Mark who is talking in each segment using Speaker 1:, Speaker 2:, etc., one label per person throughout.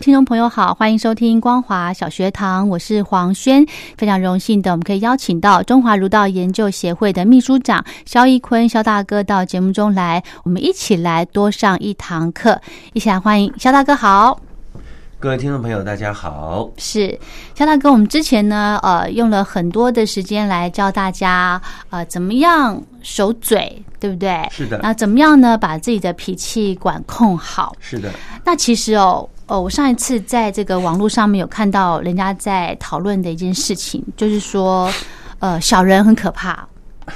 Speaker 1: 听众朋友好，欢迎收听光华小学堂，我是黄轩。非常荣幸的，我们可以邀请到中华儒道研究协会的秘书长肖一坤肖大哥到节目中来，我们一起来多上一堂课，一起来欢迎肖大哥好。
Speaker 2: 各位听众朋友，大家好。
Speaker 1: 是肖大哥，我们之前呢，呃，用了很多的时间来教大家，呃，怎么样守嘴，对不对？
Speaker 2: 是的，
Speaker 1: 那怎么样呢，把自己的脾气管控好？
Speaker 2: 是的，
Speaker 1: 那其实哦，哦，我上一次在这个网络上面有看到人家在讨论的一件事情，就是说，呃，小人很可怕，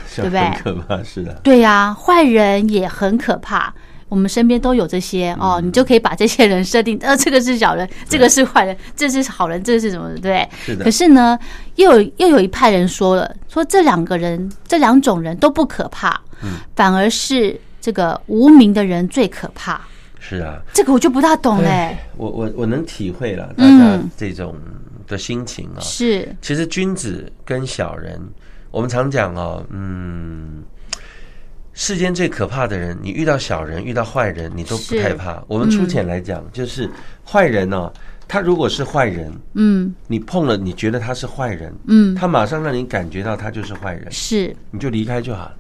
Speaker 2: 是
Speaker 1: 对不对
Speaker 2: 很可怕，是的，
Speaker 1: 对呀、坏人也很可怕。我们身边都有这些哦，你就可以把这些人设定，呃，这个是小人，这个是坏人，这是好人，这是什么，对不对？
Speaker 2: 是的
Speaker 1: 可，是呢，又有又有一派人说了，说这两个人，这两种人都不可怕，反而是这个无名的人最可怕。
Speaker 2: 是啊。
Speaker 1: 这个我就不大懂嘞、
Speaker 2: 我我我能体会了大
Speaker 1: 嗯
Speaker 2: 家这种的心情啊。
Speaker 1: 是
Speaker 2: 其实君子跟小人，我们常讲哦，嗯，世间最可怕的人，你遇到小人、遇到坏人，你都不
Speaker 1: 是
Speaker 2: 害怕。我们粗浅来讲，就是坏人呢、哦，他如果是坏人，
Speaker 1: 嗯
Speaker 2: 你碰了，你觉得他是坏人，
Speaker 1: 嗯，
Speaker 2: 他马上让你感觉到他就是坏人，
Speaker 1: 是
Speaker 2: 你就离开就好了，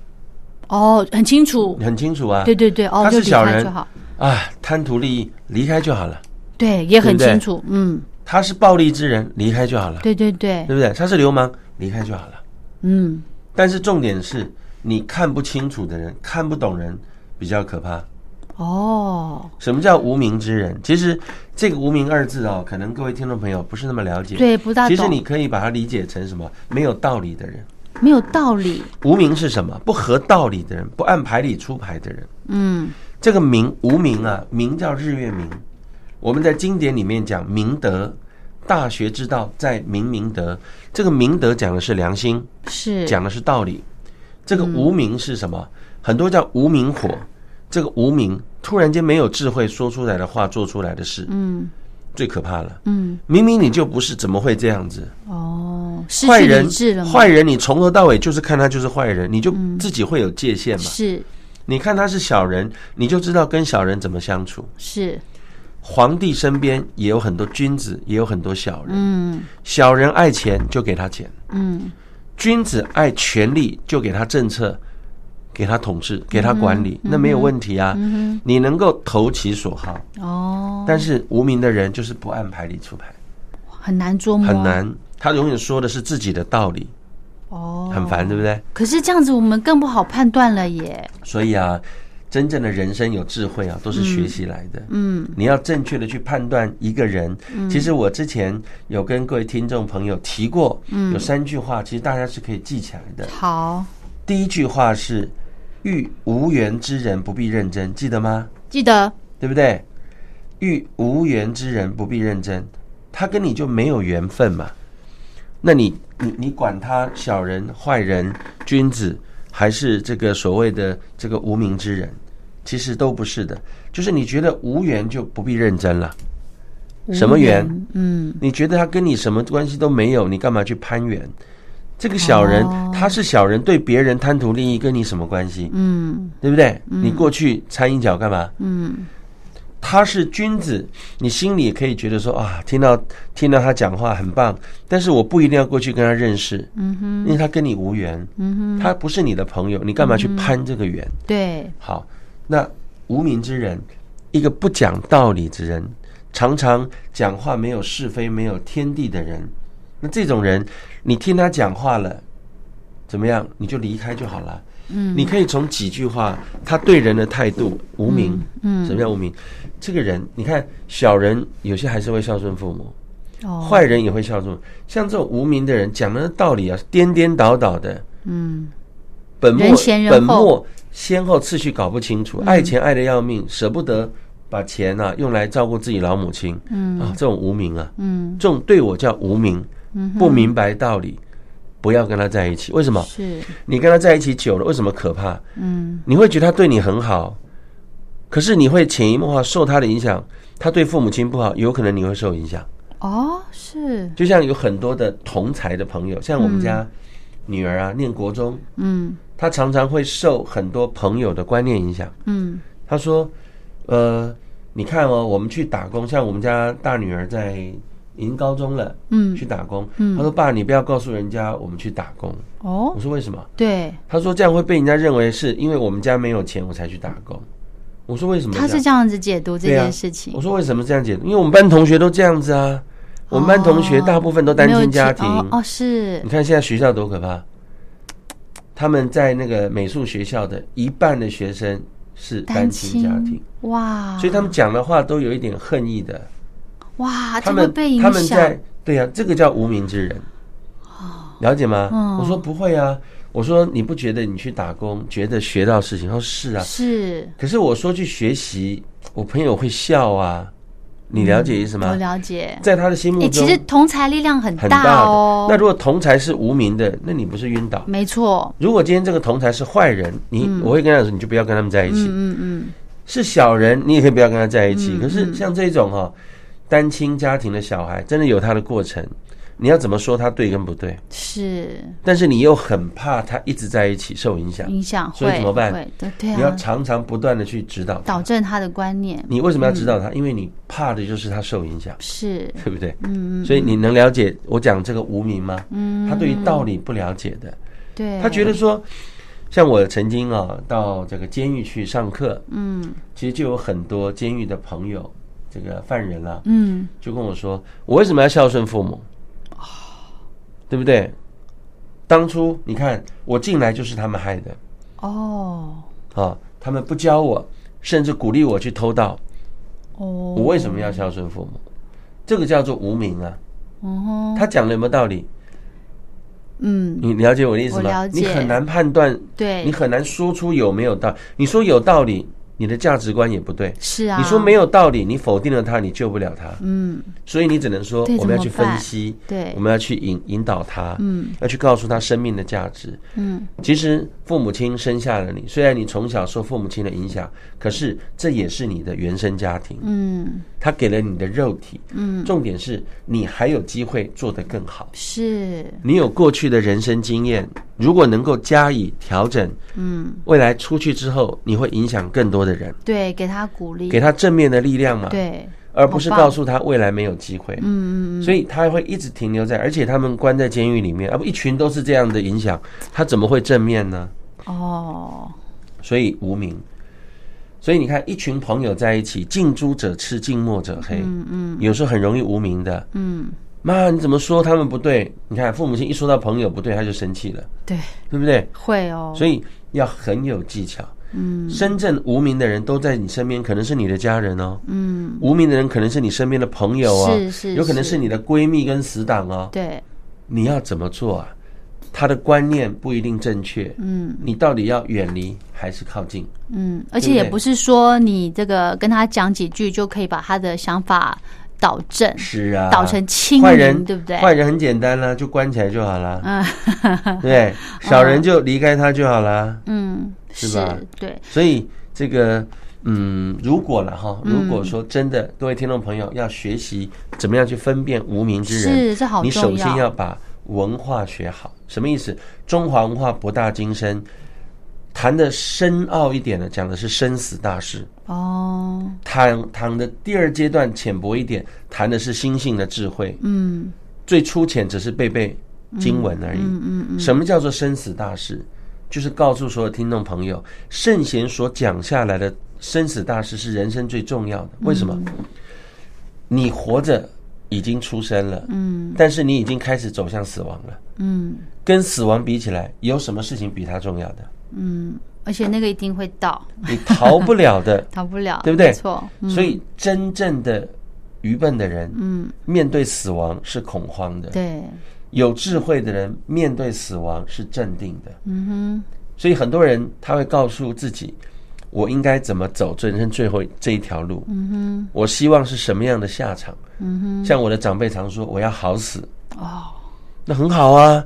Speaker 1: 哦，很清楚
Speaker 2: 你，很清楚啊。
Speaker 1: 对对对，哦，
Speaker 2: 他
Speaker 1: 就是离
Speaker 2: 小
Speaker 1: 开
Speaker 2: 人
Speaker 1: 就好，
Speaker 2: 啊，贪图利益，离开就好了。
Speaker 1: 对，也很
Speaker 2: 对不对
Speaker 1: 清楚，嗯，
Speaker 2: 他是暴力之人，离开就好了，
Speaker 1: 对对对，
Speaker 2: 对不对？他是流氓，离开就好了。
Speaker 1: 嗯，
Speaker 2: 但是重点是你看不清楚的人，看不懂人比较可怕。
Speaker 1: 哦，
Speaker 2: 什么叫无名之人？其实这个“无名”二字哦，可能各位听众朋友不是那么了解。，
Speaker 1: 对，不大
Speaker 2: 其实
Speaker 1: 懂
Speaker 2: 你，可以把它理解成什么？没有道理的人。
Speaker 1: 没有道理，
Speaker 2: 无名是什么？不合道理的人，不按牌理出牌的人。
Speaker 1: 嗯，
Speaker 2: 这个名无名啊，名叫日月明。我们在经典里面讲明德，大学之道在明明德。这个明德讲的是良心，
Speaker 1: 是，嗯
Speaker 2: 讲的是道理。这个无名是什么？很多叫无名火。这个无名突然间没有智慧说出来的话，做出来的事，
Speaker 1: 嗯
Speaker 2: 最可怕了。
Speaker 1: 嗯，
Speaker 2: 明明你就不是，怎么会这样子？
Speaker 1: 哦，失
Speaker 2: 坏
Speaker 1: 去
Speaker 2: 人
Speaker 1: 理智了，吗？嗯
Speaker 2: 坏人，你从头到尾就是看他就是坏人，你就自己会有界限嘛。
Speaker 1: 是
Speaker 2: 你看他是小人，你就知道跟小人怎么相处。
Speaker 1: 是，
Speaker 2: 皇帝身边也有很多君子，也有很多小人。
Speaker 1: 嗯
Speaker 2: 小人爱钱就给他钱，
Speaker 1: 嗯，
Speaker 2: 君子爱权力就给他政策，给他统治，给他管
Speaker 1: 嗯
Speaker 2: 理，那没有问题啊。你能够投其所好，
Speaker 1: 哦，
Speaker 2: 但是无名的人就是不按牌理出牌，
Speaker 1: 很难捉摸，
Speaker 2: 很，难。他永远说的是自己的道理，
Speaker 1: 哦，
Speaker 2: 很烦，对不对？
Speaker 1: 可是这样子我们更不好判断了耶，
Speaker 2: 所以啊，真正的人生有智慧啊，都是学习来的。
Speaker 1: 嗯，
Speaker 2: 你要正确的去判断一个人。其实我之前有跟各位听众朋友提过，有三句话，其实大家是可以记起来的。
Speaker 1: 好，
Speaker 2: 第一句话是“遇无缘之人不必认真”，记得吗？
Speaker 1: 记得，
Speaker 2: 对不对？遇无缘之人不必认真，他跟你就没有缘分嘛。那你你你管他小人、坏人、君子，还是这个所谓的这个无名之人，其实都不是的。就是你觉得无缘就不必认真了，什么缘？
Speaker 1: 嗯，
Speaker 2: 你觉得他跟你什么关系都没有，你干嘛去攀援？这个小人、他是小人，对别人贪图利益跟你什么关系？
Speaker 1: 嗯
Speaker 2: 对不对？你过去掺一脚干嘛？
Speaker 1: 嗯，
Speaker 2: 他是君子，你心里也可以觉得说啊，听到听到他讲话很棒，但是我不一定要过去跟他认识，嗯哼，因为他跟你无缘，嗯哼，嗯他不是你的朋友，你干嘛去攀这个缘？
Speaker 1: 对，
Speaker 2: 好，那无名之人，一个不讲道理之人，常常讲话没有是非、没有天地的人，那这种人，你听他讲话了，怎么样，你就离开就好了。嗯，你可以从几句话，他对人的态度，无名，嗯，什么叫无名？这个人，你看小人有些还是会孝顺父母，
Speaker 1: 哦，
Speaker 2: 坏人也会孝顺。像这种无名的人，讲的道理啊，颠颠倒倒的，
Speaker 1: 嗯，
Speaker 2: 本末
Speaker 1: 人前人后嗯
Speaker 2: 本末先后次序搞不清楚，爱钱爱的要命，舍不得把钱啊用来照顾自己老母亲，嗯啊，这种无名啊，
Speaker 1: 嗯，
Speaker 2: 这种对我叫无名，不明白道理，不要跟他在一起。为什么？
Speaker 1: 是，
Speaker 2: 你跟他在一起久了，为什么可怕？
Speaker 1: 嗯，
Speaker 2: 你会觉得他对你很好，可是你会潜移默化受他的影响，他对父母亲不好，有可能你会受影响。
Speaker 1: 哦，是，
Speaker 2: 就像有很多的同才的朋友，像我们家女儿啊，念国中，
Speaker 1: 嗯
Speaker 2: 她常常会受很多朋友的观念影响。
Speaker 1: 嗯
Speaker 2: 她说：“呃，你看哦，我们去打工，像我们家大女儿在已经高中了，
Speaker 1: 嗯
Speaker 2: 去，打工。
Speaker 1: 嗯
Speaker 2: 她说：‘爸，你不要告诉人家我们去打工。’
Speaker 1: 哦
Speaker 2: 我，说：‘为什么
Speaker 1: 对，？’
Speaker 2: 她说：‘这样会被人家认为是因为我们家没有钱我才去打工。’我说：‘为什么这
Speaker 1: 他
Speaker 2: 样？’
Speaker 1: 是这样子解读这
Speaker 2: 对啊
Speaker 1: 件事情
Speaker 2: 我，说：‘为什么这样解读？因为我们班同学都这样子啊，我们班同学
Speaker 1: 哦
Speaker 2: 大部分都单
Speaker 1: 没有
Speaker 2: 亲家
Speaker 1: 去
Speaker 2: 庭。嗯
Speaker 1: 哦哦，是
Speaker 2: 你，看现在学校多可怕！他们在那个美术学校的一半的学生是单亲家庭，
Speaker 1: 哇，
Speaker 2: 所以他们讲的话都有一点恨意的。
Speaker 1: 哇，
Speaker 2: 他
Speaker 1: 啊这会
Speaker 2: 们
Speaker 1: 被影
Speaker 2: 他们
Speaker 1: 响
Speaker 2: 在，对呀、这个叫无名之人，了解吗？
Speaker 1: 嗯
Speaker 2: 我说不会啊，我说你不觉得你去打工觉得学到事情？他说是啊，
Speaker 1: 是，
Speaker 2: 可是我说去学习，我朋友会笑啊，你了解意思吗
Speaker 1: 嗯我？了解。
Speaker 2: 在他的心目
Speaker 1: 哎，其
Speaker 2: 中
Speaker 1: 实同才力量很
Speaker 2: 很大
Speaker 1: 哦
Speaker 2: 的。，那如果同才是无名的，那你不是晕倒？
Speaker 1: 没错，
Speaker 2: 如果今天这个同台是坏人，你、我会跟他说，你就不要跟他们在一起。
Speaker 1: 嗯嗯
Speaker 2: 是小人，你也可以不要跟他在一起。
Speaker 1: 嗯
Speaker 2: 可是像这种哈、哦，单亲家庭的小孩，真的有他的过程。你要怎么说他对跟不对
Speaker 1: 嗯，？是
Speaker 2: 但是你又很怕他一直在一起受影响，
Speaker 1: 影响会，
Speaker 2: 啊所以怎么办
Speaker 1: 会对嗯对
Speaker 2: 你要
Speaker 1: 啊，
Speaker 2: 常常不断的去指导
Speaker 1: 导嗯
Speaker 2: 他。
Speaker 1: 正他的观念
Speaker 2: 你为什么要指导他？因为你怕的就是他受影响，
Speaker 1: 是，
Speaker 2: 对不对？
Speaker 1: 嗯嗯，
Speaker 2: 所以你能了解我讲这个无名吗？
Speaker 1: 嗯
Speaker 2: 他对于道理不了解的，
Speaker 1: 对，
Speaker 2: 他觉得说，像我曾经啊到这个监狱去上课，
Speaker 1: 嗯
Speaker 2: 其实就有很多监狱的朋友，这个犯人啊，
Speaker 1: 嗯
Speaker 2: 就跟我说，我为什么要孝顺父母？对不对？当初你看我进来就是他们害的
Speaker 1: 哦
Speaker 2: 啊，他们不教我，甚至鼓励我去偷盗，
Speaker 1: 哦，
Speaker 2: 我为什么要孝顺父母？这个叫做无名啊。
Speaker 1: 嗯哼
Speaker 2: 他讲的有没有道理？
Speaker 1: 嗯
Speaker 2: 你了解我的意思
Speaker 1: 我
Speaker 2: 吗？
Speaker 1: 了解
Speaker 2: 你很难判断，
Speaker 1: 对
Speaker 2: 你很难说出有没有道。你说有道理，你的价值观也不对。
Speaker 1: 是啊，
Speaker 2: 你说没有道理，你否定了他，你救不了他。
Speaker 1: 嗯
Speaker 2: 所以你只能说
Speaker 1: 对
Speaker 2: 我们要
Speaker 1: 怎么
Speaker 2: 去分
Speaker 1: 办
Speaker 2: 析，
Speaker 1: 对
Speaker 2: 我们要去引引导他，
Speaker 1: 嗯
Speaker 2: 要去告诉他生命的价值。
Speaker 1: 嗯
Speaker 2: 其实父母亲生下了你，虽然你从小受父母亲的影响，可是这也是你的原生家庭，
Speaker 1: 嗯
Speaker 2: 他给了你的肉体。
Speaker 1: 嗯
Speaker 2: 重点是你还有机会做得更好。
Speaker 1: 是
Speaker 2: 你有过去的人生经验，如果能够加以调整，
Speaker 1: 嗯
Speaker 2: 未来出去之后，你会影响更多的人，
Speaker 1: 对，给他鼓励，
Speaker 2: 给他正面的力量嘛，
Speaker 1: 对，
Speaker 2: 而不是
Speaker 1: 好棒
Speaker 2: 告诉他未来没有机会。
Speaker 1: 嗯嗯
Speaker 2: 所以他会一直停留在，而且他们关在监狱里面，啊不，一群都是这样的影响，他怎么会正面呢？
Speaker 1: 哦
Speaker 2: 所以无名。所以你看，一群朋友在一起，近朱者赤，近墨者黑，
Speaker 1: 嗯嗯
Speaker 2: 有时候很容易无名的。
Speaker 1: 嗯
Speaker 2: 妈，你怎么说他们不对？你看，父母亲一说到朋友不对，他就生气了，
Speaker 1: 对，
Speaker 2: 对不对？
Speaker 1: 会哦，
Speaker 2: 所以要很有技巧。嗯，真正无名的人都在你身边，可能是你的家人哦。
Speaker 1: 嗯
Speaker 2: 无名的人可能是你身边的朋友啊，
Speaker 1: 是是
Speaker 2: 有可能
Speaker 1: 是
Speaker 2: 是你的闺蜜跟死党哦。
Speaker 1: 对，
Speaker 2: 你要怎么做啊？他的观念不一定正确，
Speaker 1: 嗯。
Speaker 2: 你到底要远离还是靠近？
Speaker 1: 嗯，而
Speaker 2: 对
Speaker 1: 且
Speaker 2: 不
Speaker 1: 也
Speaker 2: 对
Speaker 1: 不是说你这个跟他讲几句就可以把他的想法导正，
Speaker 2: 是啊，
Speaker 1: 导成清
Speaker 2: 坏人
Speaker 1: 明，对不对？
Speaker 2: 坏人很简单啦、啊就关起来就好啦。
Speaker 1: 嗯 哦
Speaker 2: 对，小人就离开他就好啦。
Speaker 1: 嗯，
Speaker 2: 是
Speaker 1: 是
Speaker 2: 吧，
Speaker 1: 对，
Speaker 2: 所以这个，嗯，如果了哈，如果说真的，各位听众朋友要学习怎么样去分辨无名之人，
Speaker 1: 是这好
Speaker 2: 你首
Speaker 1: 重
Speaker 2: 先要把文化学好，什么意思？中华文化博大精深，谈的深奥一点的，讲的是生死大事。
Speaker 1: 哦，
Speaker 2: 谈谈的第二阶段浅薄一点，谈的是心性的智慧，
Speaker 1: 嗯
Speaker 2: 最粗浅只是背背经文而已。
Speaker 1: 嗯嗯嗯，
Speaker 2: 什么叫做生死大事？就是告诉所有听众朋友，圣贤所讲下来
Speaker 1: 嗯
Speaker 2: 的生死大事是人生最重要的。为什么？你活着已经出生了，
Speaker 1: 嗯
Speaker 2: 但是你已经开始走向死亡了。
Speaker 1: 嗯
Speaker 2: 跟死亡比起来，有什么事情比它重要的？
Speaker 1: 嗯，而且那个一定会到，。
Speaker 2: 你逃不了的
Speaker 1: 逃不了，
Speaker 2: 对不对
Speaker 1: 没错，嗯
Speaker 2: 所以，真正的愚笨的人
Speaker 1: 嗯，
Speaker 2: 面对死亡是恐慌的，
Speaker 1: 对，
Speaker 2: 有智慧的人面对死亡是镇定的。
Speaker 1: 嗯
Speaker 2: 所以，很多人他会告诉自己，我应该怎么走人生最后这一条路
Speaker 1: 哼，。嗯
Speaker 2: 我希望是什么样的下场？
Speaker 1: 哼，嗯
Speaker 2: 像我的长辈常说，我要好死，
Speaker 1: 哼，哦，
Speaker 2: 那很好啊，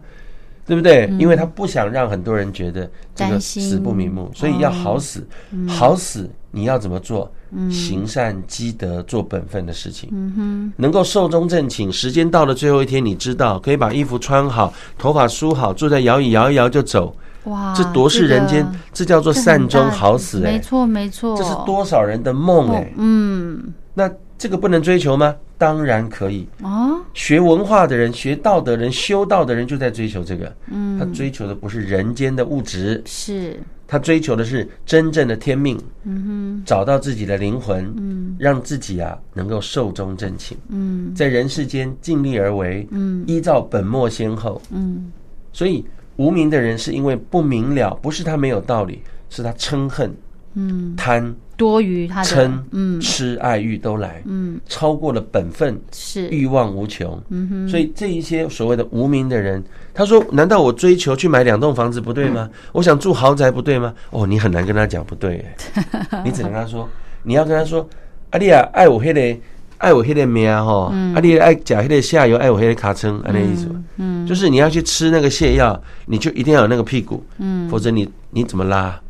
Speaker 2: 对不对？因为他不想让很多人觉得这个
Speaker 1: 担心哦嗯
Speaker 2: 死不瞑目，所以要好死，好死你要怎么做？行善积德，做本分的事情，
Speaker 1: 嗯哼，
Speaker 2: 能够寿终正寝。时间到了最后一天，你知道可以把衣服穿好，头发梳好，坐在摇椅摇一摇就走，
Speaker 1: 哇，
Speaker 2: 这多是人间
Speaker 1: 啊这个，
Speaker 2: 这叫做
Speaker 1: 这很
Speaker 2: 善终
Speaker 1: 大
Speaker 2: 好死哎、
Speaker 1: 没错没错，
Speaker 2: 这是多少人的梦哎、
Speaker 1: 嗯
Speaker 2: 那这个不能追求吗？当然可以，
Speaker 1: 哦，
Speaker 2: 学文化的人、学道德人、修道的人就在追求这个，
Speaker 1: 嗯
Speaker 2: 他追求的不是人间的物质，
Speaker 1: 是，
Speaker 2: 他追求的是真正的天命，
Speaker 1: 嗯
Speaker 2: 找到自己的灵魂
Speaker 1: 哼，，嗯
Speaker 2: 让自己啊能够寿终正寝，
Speaker 1: 嗯
Speaker 2: 在人世间尽力而为，
Speaker 1: 嗯
Speaker 2: 依照本末先后。
Speaker 1: 嗯，
Speaker 2: 所以无名的人是因为不明了，不是他没有道理，是他嗔恨、
Speaker 1: 嗯，
Speaker 2: 贪、
Speaker 1: 多于他
Speaker 2: 嗔
Speaker 1: 的，嗯
Speaker 2: 痴、爱欲都来，
Speaker 1: 嗯
Speaker 2: 超过了本分，
Speaker 1: 是，
Speaker 2: 欲望无穷。
Speaker 1: 嗯哼，
Speaker 2: 所以这一些所谓的无名的人，他说：“难道我追求去买两栋房子不对
Speaker 1: 嗯
Speaker 2: 吗？我想住豪宅不对吗？”哦，你很难跟他讲不 对，哎你只能跟他说，你要跟他说：“啊，你啊，爱我黑个爱我黑个命吼，啊，你爱假黑个下游，爱我黑个卡称，啊，那意思吧。
Speaker 1: 嗯
Speaker 2: 就是你要去吃那个泻药，你就一定要有那个屁股，
Speaker 1: 嗯
Speaker 2: 否则你你怎么拉？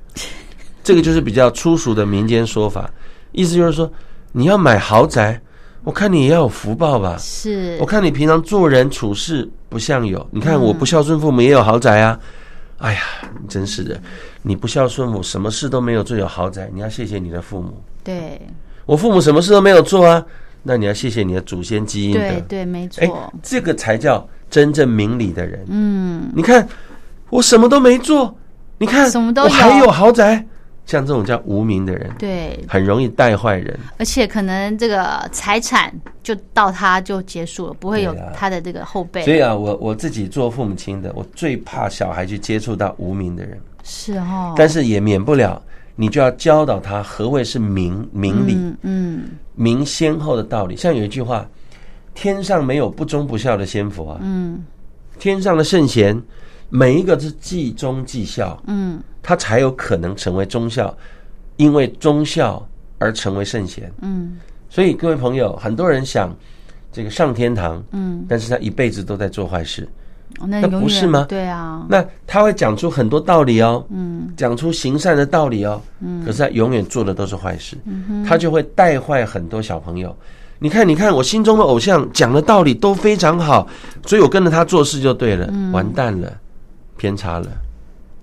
Speaker 2: 这个就是比较粗俗的民间说法，意思就是说，你要买豪宅，我看你也要有福报吧。
Speaker 1: 是
Speaker 2: 我，看你平常做人处事不像有，你
Speaker 1: 嗯
Speaker 2: 看我不孝顺父母也有豪宅啊。哎呀，真是的，你不孝顺我，什么事都没有做，有豪宅，你要谢谢你的父母。
Speaker 1: 对
Speaker 2: 我父母什么事都没有做啊，那你要谢谢你的祖先基因
Speaker 1: 对
Speaker 2: 的。
Speaker 1: 对，没
Speaker 2: 哎
Speaker 1: 错，，
Speaker 2: 这个才叫真正明理的人。
Speaker 1: 嗯
Speaker 2: 你看，我什么都没做，你看
Speaker 1: 什么都
Speaker 2: 我还
Speaker 1: 有
Speaker 2: 有豪宅，像这种叫无名的人，
Speaker 1: 对，
Speaker 2: 很容易带坏人。
Speaker 1: 而且可能这个财产就到他就结束了，不会有
Speaker 2: 对啊
Speaker 1: 他的这个后
Speaker 2: 所
Speaker 1: 辈。
Speaker 2: 以啊，我我自己做父母亲的，我最怕小孩去接触到无名的人。
Speaker 1: 是哦，
Speaker 2: 但是也免不了你就要教导他何谓是明明理、
Speaker 1: 嗯嗯
Speaker 2: 明先后的道理。像有一句话：“天上没有不忠不孝的先佛啊，
Speaker 1: 嗯
Speaker 2: 天上的圣贤每一个是尽忠尽孝，
Speaker 1: 嗯
Speaker 2: 他才有可能成为忠孝，因为忠孝而成为圣贤。
Speaker 1: 嗯
Speaker 2: 所以各位朋友，很多人想这个上天堂，
Speaker 1: 嗯，
Speaker 2: 但是他一辈子都在做坏事，
Speaker 1: 哦那
Speaker 2: 那
Speaker 1: 永远
Speaker 2: 不是吗
Speaker 1: 对啊，
Speaker 2: 那他会讲出很多道理哦，
Speaker 1: 嗯
Speaker 2: 讲出行善的道理哦，可是他永远做的都是坏事，
Speaker 1: 嗯
Speaker 2: 他就会带坏很多小朋友。你看，你看，我心中的偶像讲的道理都非常好，所以我跟着他做事就对了，
Speaker 1: 嗯
Speaker 2: 完蛋了，偏差了，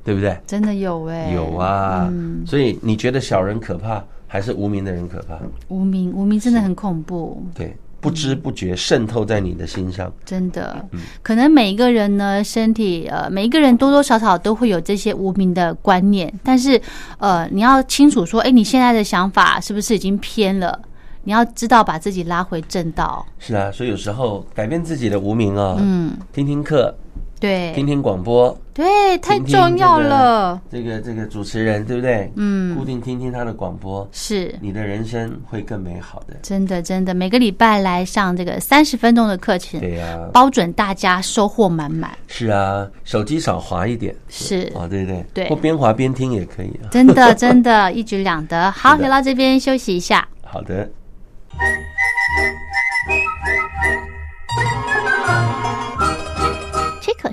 Speaker 2: 对不对？
Speaker 1: 真的有哎、
Speaker 2: 有啊，
Speaker 1: 嗯
Speaker 2: 所以你觉得小人可怕还是无名的人可怕？
Speaker 1: 无名无名真的很恐怖。
Speaker 2: 对，不知不觉渗透在你的心上，
Speaker 1: 真的，
Speaker 2: 嗯
Speaker 1: 可能每一个人呢，身体呃，每一个人多多少少都会有这些无名的观念，但是呃，你要清楚说，哎，你现在的想法是不是已经偏了？你要知道把自己拉回正道。
Speaker 2: 是啊，所以有时候改变自己的无名啊、
Speaker 1: 嗯，
Speaker 2: 听听课，听
Speaker 1: 对
Speaker 2: 听广播，
Speaker 1: 对，太
Speaker 2: 听听
Speaker 1: 重要
Speaker 2: 这个
Speaker 1: 了。
Speaker 2: 这个这个主持人对不对？
Speaker 1: 嗯，
Speaker 2: 固定听听他的广播，
Speaker 1: 是。
Speaker 2: 你的人生会更美好的。
Speaker 1: 真的，真的，每个礼拜来上这个三十分钟的课程，
Speaker 2: 对呀、
Speaker 1: 包准大家收获满满。
Speaker 2: 是啊，手机少滑一点，
Speaker 1: 是，
Speaker 2: 哦，对对
Speaker 1: 对
Speaker 2: 或边滑边听也可以啊。
Speaker 1: 真的，真的，一举两得。好，
Speaker 2: 是的
Speaker 1: 聊到这边休息一下。
Speaker 2: 好的，
Speaker 3: 吹口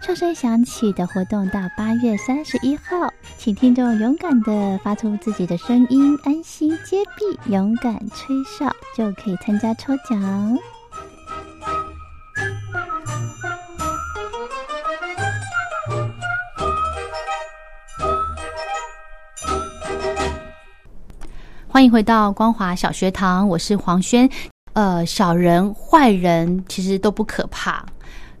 Speaker 3: 哨声响起的活动到八月三十一号，请听众勇敢的发出自己的声音，安心接币，勇敢吹哨就可以参加抽奖。
Speaker 1: 欢迎回到光华小学堂，我是黄轩。呃，小人、坏人其实都不可怕。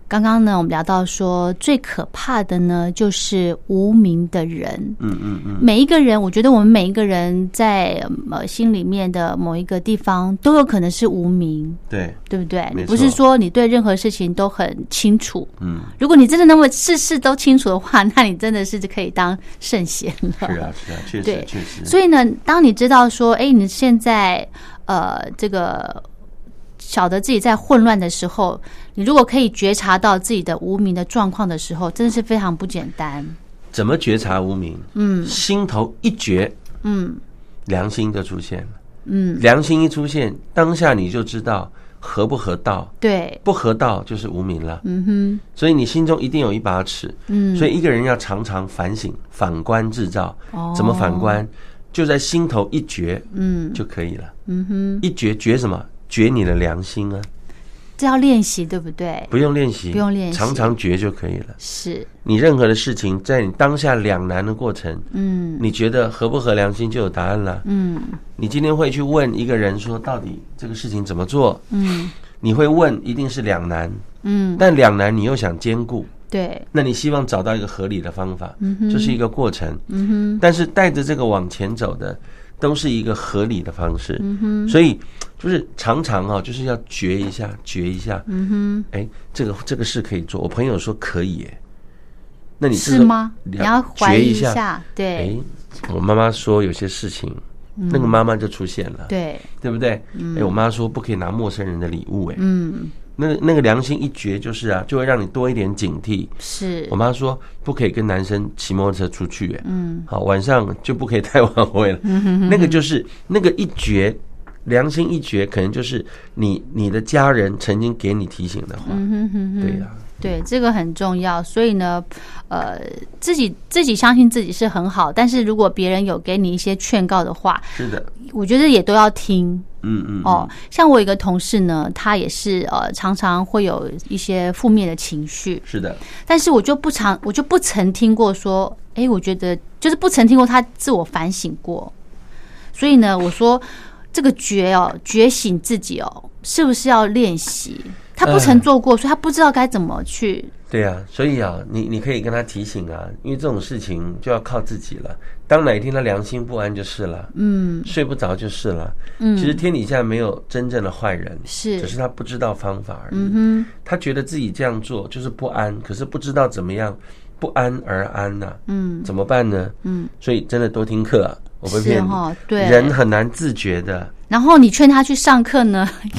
Speaker 1: 刚刚呢，我们聊到说，最可怕的呢就是无名的人。
Speaker 2: 嗯嗯嗯，
Speaker 1: 每一个人，我觉得我们每一个人在呃心里面的某一个地方都有可能是无名，
Speaker 2: 对，
Speaker 1: 对不对？
Speaker 2: 没错
Speaker 1: 不是说你对任何事情都很清楚。
Speaker 2: 嗯，
Speaker 1: 如果你真的那么事事都清楚的话，那你真的是可以当圣贤了。
Speaker 2: 是啊是啊，确
Speaker 1: 对
Speaker 2: 实确实，
Speaker 1: 所以呢，当你知道说，哎，你现在呃，这个晓得自己在混乱的时候，你如果可以觉察到自己的无名的状况的时候，真的是非常不简单。
Speaker 2: 怎么觉察无名？嗯，心头一觉，
Speaker 1: 嗯，
Speaker 2: 良心就出现了。嗯，良心一出现，当下你就知道合不合道，
Speaker 1: 对，
Speaker 2: 不合道就是无名了。
Speaker 1: 嗯哼，
Speaker 2: 所以你心中一定有一把尺。
Speaker 1: 嗯，
Speaker 2: 所以一个人要常常反省、反观自照。
Speaker 1: 哦
Speaker 2: 怎么反？观？就在心头一觉
Speaker 1: 嗯
Speaker 2: 就可以了。
Speaker 1: 嗯哼，
Speaker 2: 一觉觉什么？觉你的良心啊，
Speaker 1: 这要练习，对不对？
Speaker 2: 不用练习，
Speaker 1: 不用练习
Speaker 2: 常常觉就可以了。
Speaker 1: 是，
Speaker 2: 你任何的事情，在你当下两难的过程，
Speaker 1: 嗯
Speaker 2: 你觉得合不合良心就有答案了。
Speaker 1: 嗯
Speaker 2: 你今天会去问一个人说，到底这个事情怎么做？
Speaker 1: 嗯
Speaker 2: 你会问，一定是两难，
Speaker 1: 嗯，
Speaker 2: 但两难你又想兼顾，
Speaker 1: 对，
Speaker 2: 那你希望找到一个合理的方法，
Speaker 1: 嗯哼，
Speaker 2: 这是一个过程。
Speaker 1: 嗯哼，
Speaker 2: 但是带着这个往前走的，都是一个合理的方式。
Speaker 1: 嗯哼，
Speaker 2: 所以就是常常啊，就是要觉一下，觉一下，
Speaker 1: 嗯哼，
Speaker 2: 哎，这个这个事可以做。我朋友说可以，哎，那你这
Speaker 1: 是
Speaker 2: 个
Speaker 1: 吗？你要怀
Speaker 2: 觉
Speaker 1: 疑
Speaker 2: 一下，
Speaker 1: 下，对
Speaker 2: 哎，我妈妈说有些事情，那个妈妈就出现了，
Speaker 1: 嗯对，
Speaker 2: 对不对？哎，我妈说不可以拿陌生人的礼物，哎，
Speaker 1: 嗯，
Speaker 2: 那个那个良心一觉就是啊，就会让你多一点警惕。
Speaker 1: 是
Speaker 2: 我，妈说不可以跟男生骑摩托车出去，哎，
Speaker 1: 嗯
Speaker 2: 好，晚上就不可以太晚回了。那个就是那个一绝，良心一绝，可能就是你你的家人曾经给你提醒的话。
Speaker 1: 嗯哼哼哼，
Speaker 2: 对呀、
Speaker 1: 对，这个很重要。所以呢，呃，自己自己相信自己是很好，但是如果别人有给你一些劝告的话，
Speaker 2: 是的，
Speaker 1: 我觉得也都要听
Speaker 2: 嗯嗯，
Speaker 1: 哦。像我有一个同事呢，他也是呃，常常会有一些负面的情绪，
Speaker 2: 是的，
Speaker 1: 但是我就不常，我就不曾听过说，哎，我觉得就是不曾听过他自我反省过。所以呢，我说这个觉哦，觉醒自己哦，是不是要练习？他不曾做
Speaker 2: 嗯
Speaker 1: 过，所以他不知道该怎么去
Speaker 2: 对呀、所以啊，你你可以跟他提醒啊，因为这种事情就要靠自己了。当哪一天他良心不安就是了，
Speaker 1: 嗯
Speaker 2: 睡不着就是了。
Speaker 1: 嗯，
Speaker 2: 其实天底下没有真正的坏人，
Speaker 1: 是
Speaker 2: 只是他不知道方法而已。
Speaker 1: 嗯
Speaker 2: 他觉得自己这样做就是不安，可是不知道怎么样不安而安呐、
Speaker 1: 哼，嗯
Speaker 2: 怎么办呢？
Speaker 1: 嗯，
Speaker 2: 所以真的多听课啊、我不会
Speaker 1: 是
Speaker 2: 骗你，
Speaker 1: 哈，对。
Speaker 2: 人很难自觉的，
Speaker 1: 然后你劝他去上课呢，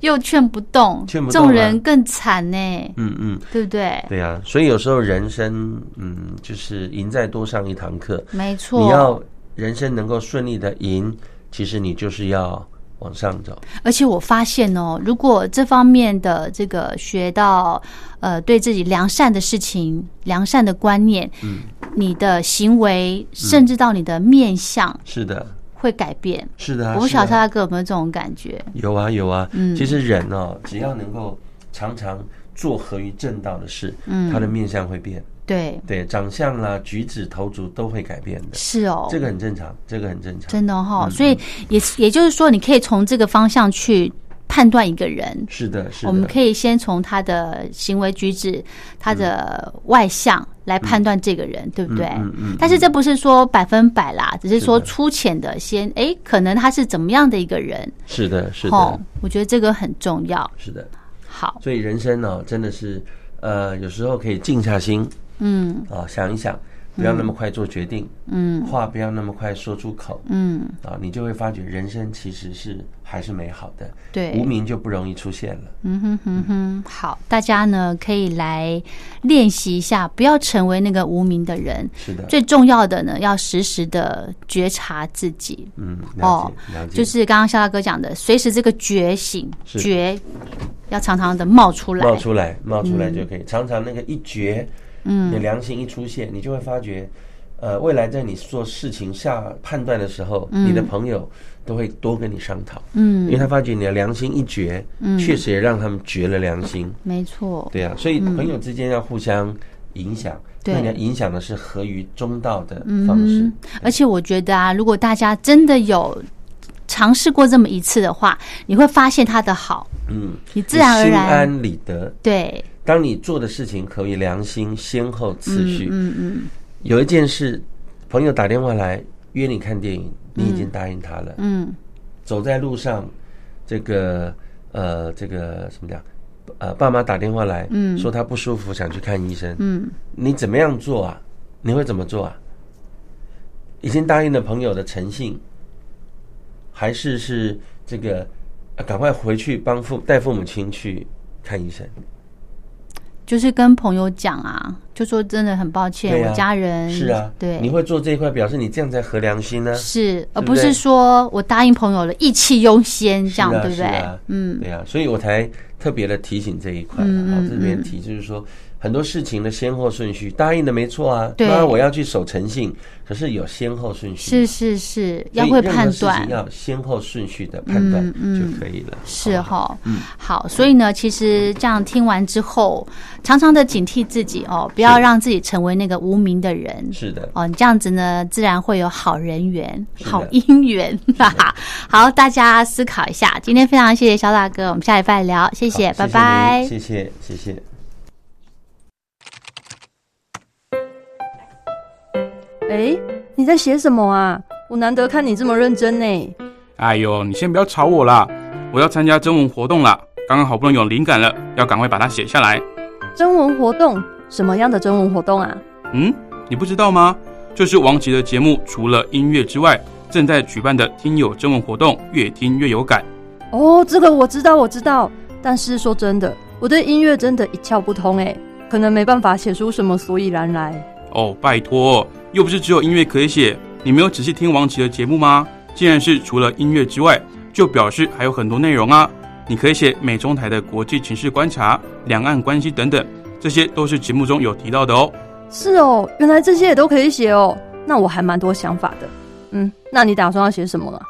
Speaker 1: 又劝不动，
Speaker 2: 劝不
Speaker 1: 这
Speaker 2: 动啊
Speaker 1: 种人更惨呢，
Speaker 2: 嗯嗯，
Speaker 1: 对不对？
Speaker 2: 对啊，所以有时候人生，嗯，就是赢在多上一堂课，
Speaker 1: 没错，
Speaker 2: 你要人生能够顺利的赢，其实你就是要往上走，
Speaker 1: 而且我发现哦，如果这方面的这个学到，呃，对自己良善的事情、良善的观念，嗯，你的行为
Speaker 2: 嗯
Speaker 1: 甚至到你的面相
Speaker 2: 是的，
Speaker 1: 会改变。
Speaker 2: 是的啊、
Speaker 1: 我不
Speaker 2: 是
Speaker 1: 晓
Speaker 2: 的啊
Speaker 1: 得大哥有没有这种感觉？
Speaker 2: 有啊有啊，
Speaker 1: 嗯
Speaker 2: 其实人哦，只要能够常常做合于正道的事，
Speaker 1: 嗯
Speaker 2: 他的面相会变，
Speaker 1: 对，
Speaker 2: 对，长相啦、举止、投足都会改变的，
Speaker 1: 是哦，
Speaker 2: 这个嗯很正常，这个很正常，
Speaker 1: 真的哈、所以也也就是说，你可以从这个方向去判断一个人。
Speaker 2: 是的，是的，
Speaker 1: 我们可以先从他的行为举止、他的外向来判断这个人，对不对？
Speaker 2: 嗯嗯嗯
Speaker 1: 但是这不是说百分百啦，只是说
Speaker 2: 是的
Speaker 1: 粗浅的先，哎，可能他是怎么样的一个人？
Speaker 2: 是的，是
Speaker 1: 哦
Speaker 2: 的，，
Speaker 1: 我觉得这个很重要。
Speaker 2: 是的。
Speaker 1: 好，
Speaker 2: 所以哦人生呢、真的是，呃，有时候可以静下心
Speaker 1: 嗯
Speaker 2: 啊、想一想，不要那么快做决定，
Speaker 1: 嗯
Speaker 2: 话不要那么快说出口
Speaker 1: 嗯，
Speaker 2: 啊，你就会发觉人生其实是还是美好的，
Speaker 1: 对，
Speaker 2: 无名就不容易出现了。
Speaker 1: 嗯哼哼哼，好，大家呢可以来练习一下，不要成为那个无名的人。
Speaker 2: 是的，
Speaker 1: 最重要的呢，要时时的觉察自己，
Speaker 2: 嗯，了
Speaker 1: 哦
Speaker 2: 解了解，
Speaker 1: 就是刚刚肖大哥讲的，随时这个觉醒
Speaker 2: 是
Speaker 1: 觉要常常的冒出来。
Speaker 2: 冒出来，冒出来就可以。常常那个一觉，嗯，你良心一出现，你就会发觉，呃，未来在你做事情下判断的时候，
Speaker 1: 嗯
Speaker 2: 你的朋友都会多跟你商讨，嗯，因为他发觉你的良心一觉，嗯，确实也让他们觉了良心，
Speaker 1: 没错，
Speaker 2: 对啊，所以朋友之间要互相影响，
Speaker 1: 嗯对嗯
Speaker 2: 那你要影响的是合于中道的方式，
Speaker 1: 而且我觉得啊，如果大家真的有尝试过这么一次的话，你会发现它的好，
Speaker 2: 嗯，
Speaker 1: 你自然而
Speaker 2: 心
Speaker 1: 然
Speaker 2: 安理得。
Speaker 1: 对，
Speaker 2: 当你做的事情可以良心先后次序，
Speaker 1: 嗯嗯，
Speaker 2: 有一件事，朋友打电话来约你看电影，你已经答应他了。
Speaker 1: 嗯，
Speaker 2: 走在路上，这个呃，这个怎么讲？呃，爸妈打电话来，嗯，说他不舒服，想去看医生。嗯，你怎么样做啊？你会怎么做啊？已经答应了朋友的诚信，还是是这个呃赶快回去帮父带父母亲去看医生？
Speaker 1: 就是跟朋友讲啊，就说真的很抱歉，
Speaker 2: 对啊
Speaker 1: 我家人
Speaker 2: 是啊，
Speaker 1: 对，
Speaker 2: 你会做这一块，表示你这样才合良心呢、
Speaker 1: 是，而
Speaker 2: 对不
Speaker 1: 不是
Speaker 2: 对
Speaker 1: 说我答应朋友了，意气优先这
Speaker 2: 是
Speaker 1: 样，
Speaker 2: 啊
Speaker 1: 对不
Speaker 2: 是
Speaker 1: 对？
Speaker 2: 啊
Speaker 1: 嗯，
Speaker 2: 对啊，所以我才特别的提醒这一块啦，
Speaker 1: 嗯
Speaker 2: 好
Speaker 1: 嗯
Speaker 2: 这边提就是说，很多事情的先后顺序，答应的没错啊，
Speaker 1: 对
Speaker 2: 当然我要去守诚信，可是有先后顺序，
Speaker 1: 是是是，
Speaker 2: 所
Speaker 1: 要
Speaker 2: 以
Speaker 1: 会
Speaker 2: 任何
Speaker 1: 判
Speaker 2: 事情
Speaker 1: 断，
Speaker 2: 要先后顺序的判断
Speaker 1: 嗯嗯
Speaker 2: 就可以了，
Speaker 1: 是
Speaker 2: 好不好，嗯
Speaker 1: 哈。好，所以呢，其实这样听完之后，常常的警惕自己哦，不要
Speaker 2: 是
Speaker 1: 让自己成为那个无名的人。
Speaker 2: 是的，
Speaker 1: 哦，你这样子呢，自然会有好人缘、
Speaker 2: 是的
Speaker 1: 好姻缘，哈哈。 好，大家思考一下。今天非常谢谢肖大哥，我们下礼拜聊，谢
Speaker 2: 好
Speaker 1: 谢，拜
Speaker 2: 您
Speaker 1: 拜。
Speaker 2: 谢谢，谢谢。
Speaker 4: 哎，你在写什么啊？我难得看你这么认真呢。
Speaker 5: 哎呦，你先不要吵我啦，我要参加征文活动啦，刚刚好不容易有灵感了，要赶快把它写下来。
Speaker 4: 征文活动，什么样的征文活动啊？
Speaker 5: 嗯，你不知道吗？就是王琦的节目，除了音乐之外，正在举办的听友征文活动，越听越有感。
Speaker 4: 哦，这个我知道，我知道。但是说真的，我对音乐真的一窍不通哎，可能没办法写出什么所以然来。
Speaker 5: 哦，拜托，又不是只有音乐可以写，你没有仔细听王琦的节目吗？既然是除了音乐之外，就表示还有很多内容啊。你可以写美中台的国际情势观察、两岸关系等等，这些都是节目中有提到的哦。
Speaker 4: 是哦，原来这些也都可以写哦。那我还蛮多想法的。嗯，那你打算要写什么了？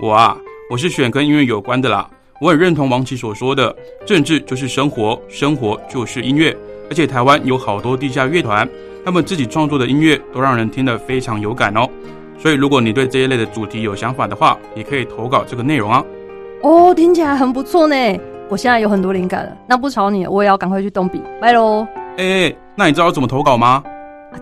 Speaker 5: 我啊，我是选跟音乐有关的啦。我很认同王琦所说的，政治就是生活，生活就是音乐。而且台湾有好多地下乐团，他们自己创作的音乐都让人听得非常有感哦。所以如果你对这一类的主题有想法的话，也可以投稿这个内容啊。
Speaker 4: 哦，听起来很不错呢。我现在有很多灵感了。那不吵你了，我也要赶快去动笔。拜喽。
Speaker 5: 哎，那你知道怎么投稿吗？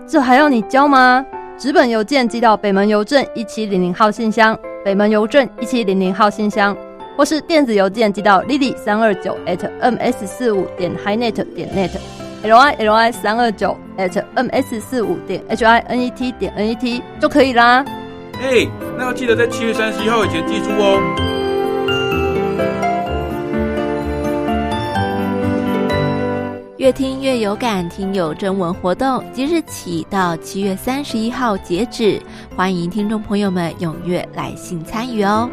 Speaker 4: 这还要你教吗？纸本邮件寄到北门邮政一七零零号信箱，北门邮政一七零零号信箱，或是电子邮件寄到 lily 三二九 at ms 四五点 highnet E 点 net。l i l i 三二九 at m s 四五点 h i n e t 点 n e t 就可以啦。
Speaker 5: 哎，那要记得在七月三十一号以前寄出哦。
Speaker 6: 越听越有感，听友征文活动即日起到七月三十一号截止，欢迎听众朋友们踊跃来信参与哦。